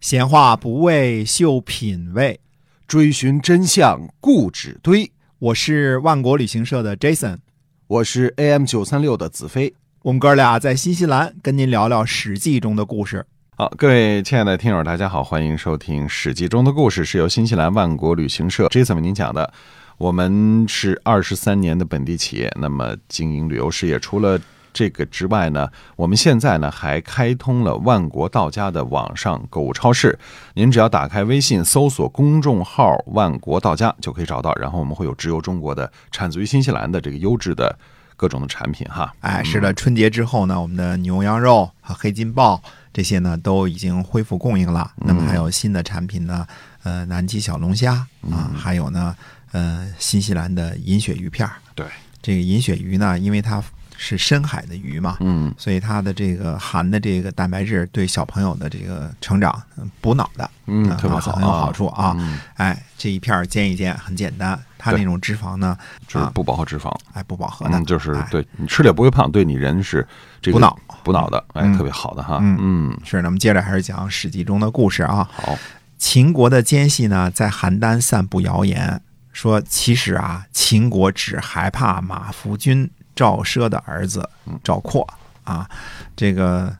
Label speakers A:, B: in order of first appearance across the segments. A: 闲话不为秀品味，
B: 追寻真相故纸堆。
A: 我是万国旅行社的 Jason，
B: 我是 AM 九三六的子飞。
A: 我们哥俩在新西兰跟您聊聊《史记》中的故事。
B: 好，各位亲爱的听友，大家好，欢迎收听《史记》中的故事，是由新西兰万国旅行社 Jason 为您讲的。我们是二十三年的本地企业，那么经营旅游事业，除了这个之外呢，我们现在呢还开通了万国到家的网上购物超市。您只要打开微信搜索公众号“万国到家”就可以找到，然后我们会有直邮中国的、产自于新西兰的这个优质的各种的产品哈。
A: 哎，是的，春节之后呢，我们的牛羊肉和黑金鲍这些呢都已经恢复供应了。那么还有新的产品呢，呃，南极小龙虾啊，还有呢，呃，新西兰的银鳕鱼片儿。
B: 对，
A: 这个银鳕鱼呢，因为它是深海的鱼嘛，
B: 嗯，
A: 所以它的这个含的这个蛋白质对小朋友的这个成长嗯补脑的，
B: 嗯
A: 啊
B: 特别好
A: 很有
B: 啊
A: 好处啊。
B: 嗯
A: 哎，这一片儿煎一煎很简单，它
B: 对
A: 那种脂肪呢，
B: 就是不饱和脂肪。
A: 哎不饱和的，
B: 嗯，就是
A: 哎
B: 对你吃了也不会胖，对你人是这个
A: 补脑
B: 补脑的，哎，
A: 嗯
B: 特别好的哈。
A: 嗯
B: 嗯，
A: 是，那么接着还是讲《史记》中的故事啊。
B: 好，
A: 秦国的奸细呢，在邯郸散布谣言，说其实啊，秦国只害怕马服君赵奢的儿子
B: 嗯
A: 赵括啊，这个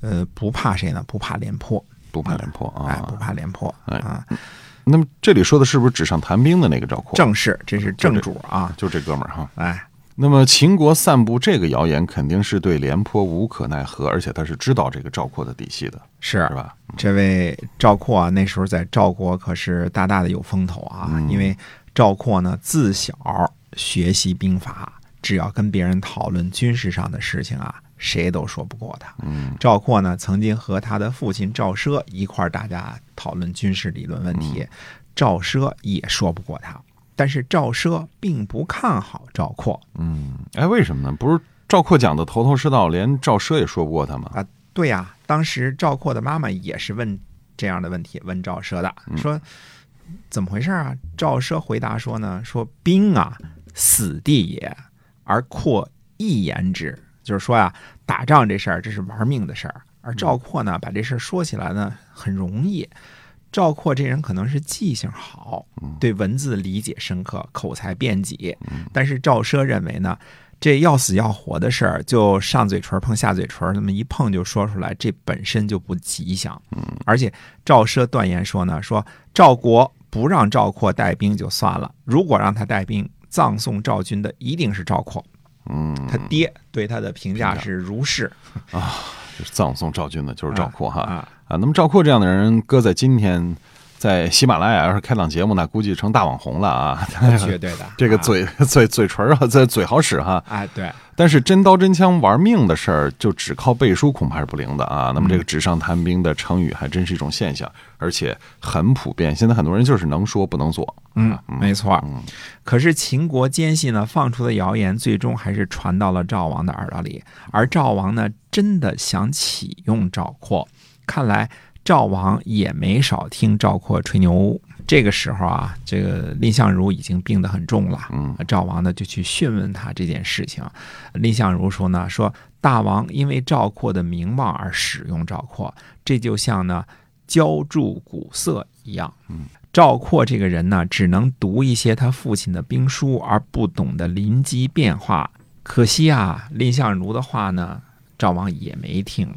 A: 呃不怕谁呢？不怕廉颇，
B: 不怕廉颇
A: 哎，不
B: 啊。
A: 怕廉颇
B: 哎
A: 啊，
B: 那么这里说的是不是纸上谈兵的那个赵括？
A: 正是这是正主啊，
B: 就这哥们儿哈。
A: 哎，
B: 那么秦国散布这个谣言，肯定是对廉颇无可奈何，而且他是知道这个赵括的底细的，
A: 是
B: 是吧？
A: 这位赵括啊，那时候在赵国可是大大的有风头啊，
B: 嗯
A: 因为赵括呢自小学习兵法，只要跟别人讨论军事上的事情啊，谁都说不过他。
B: 嗯
A: 赵括呢曾经和他的父亲赵奢一块儿大家讨论军事理论问
B: 嗯
A: 题，赵奢也说不过他。但是赵奢并不看好赵括
B: 嗯，哎，为什么呢？不是赵括讲的头头是道，连赵奢也说不过他吗？
A: 啊，对呀、当时赵括的妈妈也是问这样的问题，问赵奢的，说怎么回事啊？赵奢回答说呢，说兵啊，死地也，而括一言之，就是说呀、啊打仗这事儿这是玩命的事儿。而赵括呢，把这事儿说起来呢很容易。赵括这人可能是记性好，对文字理解深刻，口才辩解。但是赵奢认为呢，这要死要活的事儿，就上嘴唇碰下嘴唇，那么一碰就说出来，这本身就不吉祥。
B: 嗯
A: 而且赵奢断言说呢，说赵国不让赵括带兵就算了，如果让他带兵，葬送赵军的一定是赵括。
B: 嗯，
A: 他爹对他的评价是如是
B: 就是葬送赵军的就是赵括哈。
A: 啊，
B: 啊，那么赵括这样的人，搁在今天，在喜马拉雅要是开档节目，那估计成大网红了啊！
A: 绝对的。
B: 这个
A: 啊
B: 嘴、嘴嘴唇儿啊，这嘴好使哈。
A: 哎，对，
B: 但是真刀真枪玩命的事儿，就只靠背书恐怕是不灵的啊。那么这个纸上谈兵的成语还真是一种现象，而且很普遍。现在很多人就是能说不能做。
A: 嗯，没错儿
B: 嗯。
A: 可是秦国奸细呢放出的谣言，最终还是传到了赵王的耳朵里，而赵王呢真的想启用赵括，看来赵王也没少听赵括吹牛。这个时候啊，这个蔺相如已经病得很重了，
B: 嗯
A: 赵王呢就去询问他这件事情。蔺相如说呢，说大王因为赵括的名望而使用赵括，这就像呢浇筑古色一样。
B: 嗯，
A: 赵括这个人呢，只能读一些他父亲的兵书，而不懂得临机变化。可惜啊，蔺相如的话呢，赵王也没听。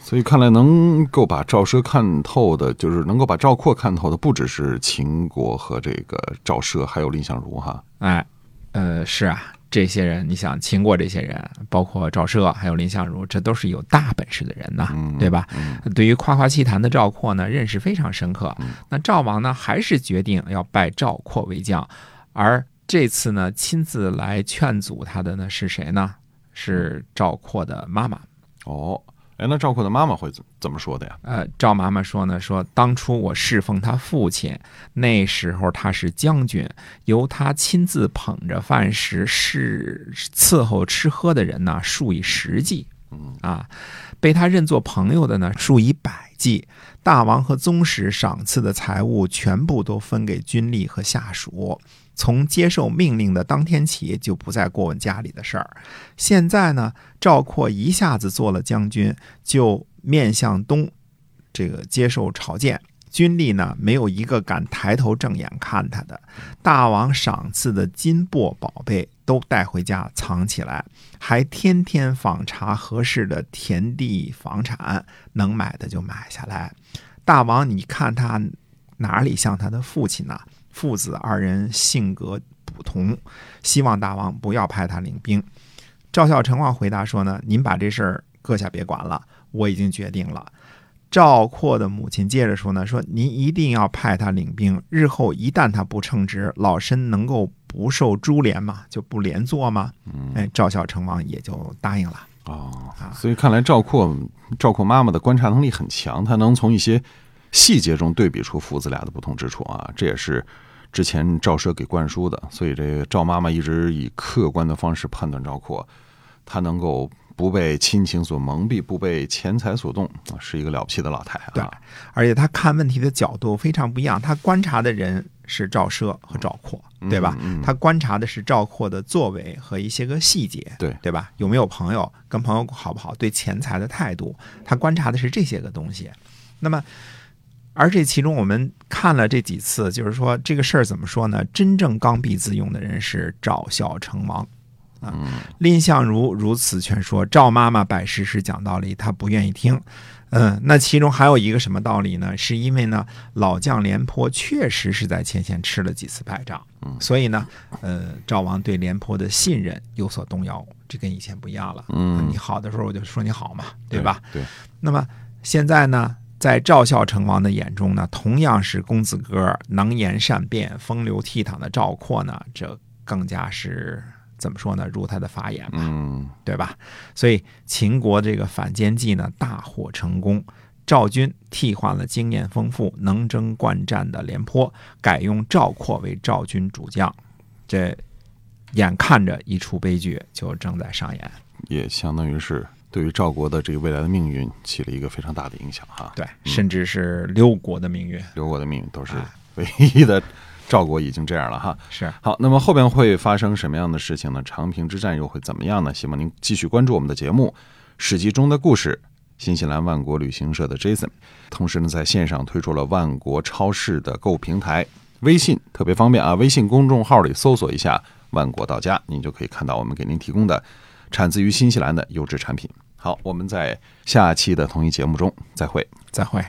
B: 所以看来能够把赵奢看透的，就是能够把赵括看透的，不只是秦国和这个赵奢，还有蔺相如哈。
A: 哎，呃，是啊，这些人，你想秦国这些人，包括赵奢，还有蔺相如，这都是有大本事的人呐、
B: 嗯
A: 对吧？
B: 嗯
A: 对于夸夸其谈的赵括呢，认识非常深刻
B: 嗯。
A: 那赵王呢，还是决定要拜赵括为将，而这次呢，亲自来劝阻他的呢是谁呢？是赵括的妈妈。
B: 哦，哎，那赵括的妈妈会怎怎么说的呀？
A: 呃，赵妈妈说呢，说当初我侍奉他父亲，那时候他是将军，由他亲自捧着饭食侍伺候吃喝的人呢，数以十计。
B: 嗯
A: 啊，被他认作朋友的呢，数以百计。大王和宗室赏赐的财物全部都分给军吏和下属。从接受命令的当天起，就不再过问家里的事儿。现在呢，赵括一下子做了将军，就面向东这个接受朝见。军吏呢，没有一个敢抬头正眼看他的。大王赏赐的金帛宝贝都带回家藏起来，还天天访查合适的田地房产，能买的就买下来。大王，你看他哪里像他的父亲呢？父子二人性格不同，希望大王不要派他领兵。赵孝成王回答说呢：“您把这事儿搁下别管了，我已经决定了。”赵括的母亲接着说呢：“说您一定要派他领兵，日后一旦他不称职，老身能够不受株连吗？就不连坐吗？”哎，赵孝成王也就答应了。
B: 哦，
A: 啊
B: 所以看来赵括赵括妈妈的观察能力很强，她能从一些细节中对比出父子俩的不同之处啊，这也是之前赵奢给灌输的。所以这个赵妈妈一直以客观的方式判断赵括，她能够不被亲情所蒙蔽，不被钱财所动，啊是一个了不起的老太啊。
A: 对而且他看问题的角度非常不一样，他观察的人是赵奢和赵括，
B: 嗯
A: 对吧？他观察的是赵括的作为和一些个细节，
B: 对
A: 对吧？有没有朋友，跟朋友好不好，对钱财的态度，他观察的是这些个东西。那么，而这其中我们看了这几次，就是说这个事儿怎么说呢？真正刚愎自用的人是赵孝成王。啊，
B: 嗯
A: 蔺相如如此劝说，赵妈妈摆事实讲道理，她不愿意听。嗯，那其中还有一个什么道理呢？是因为呢，老将廉颇确实是在前线吃了几次败仗，嗯，所以呢，呃，赵王对廉颇的信任有所动摇，这跟以前不一样了。
B: 嗯
A: 你好的时候我就说你好嘛，对吧？？
B: 对，
A: 那么现在呢，在赵孝成王的眼中呢，同样是公子哥儿，能言善辩、风流倜傥的赵括呢，这更加是怎么说呢？如他的法眼吧，
B: 嗯，
A: 对吧？所以秦国这个反间计呢，大获成功。赵军替换了经验丰富、能征惯战的廉颇，改用赵括为赵军主将。这眼看着一出悲剧就正在上演。
B: 也相当于是对于赵国的这个未来的命运起了一个非常大的影响哈、
A: 对，甚至是六国的命运
B: 刘国的命运都是唯一的。赵国已经这样了哈，
A: 是。
B: 好，那么后边会发生什么样的事情呢？长平之战又会怎么样呢？希望您继续关注我们的节目《史记中的故事》。新西兰万国旅行社的 Jason，同时呢，在线上推出了万国超市的购物平台，微信特别方便啊！微信公众号里搜索一下“万国到家”，您就可以看到我们给您提供的产自于新西兰的优质产品。好，我们在下期的同一节目中再会。
A: 再会。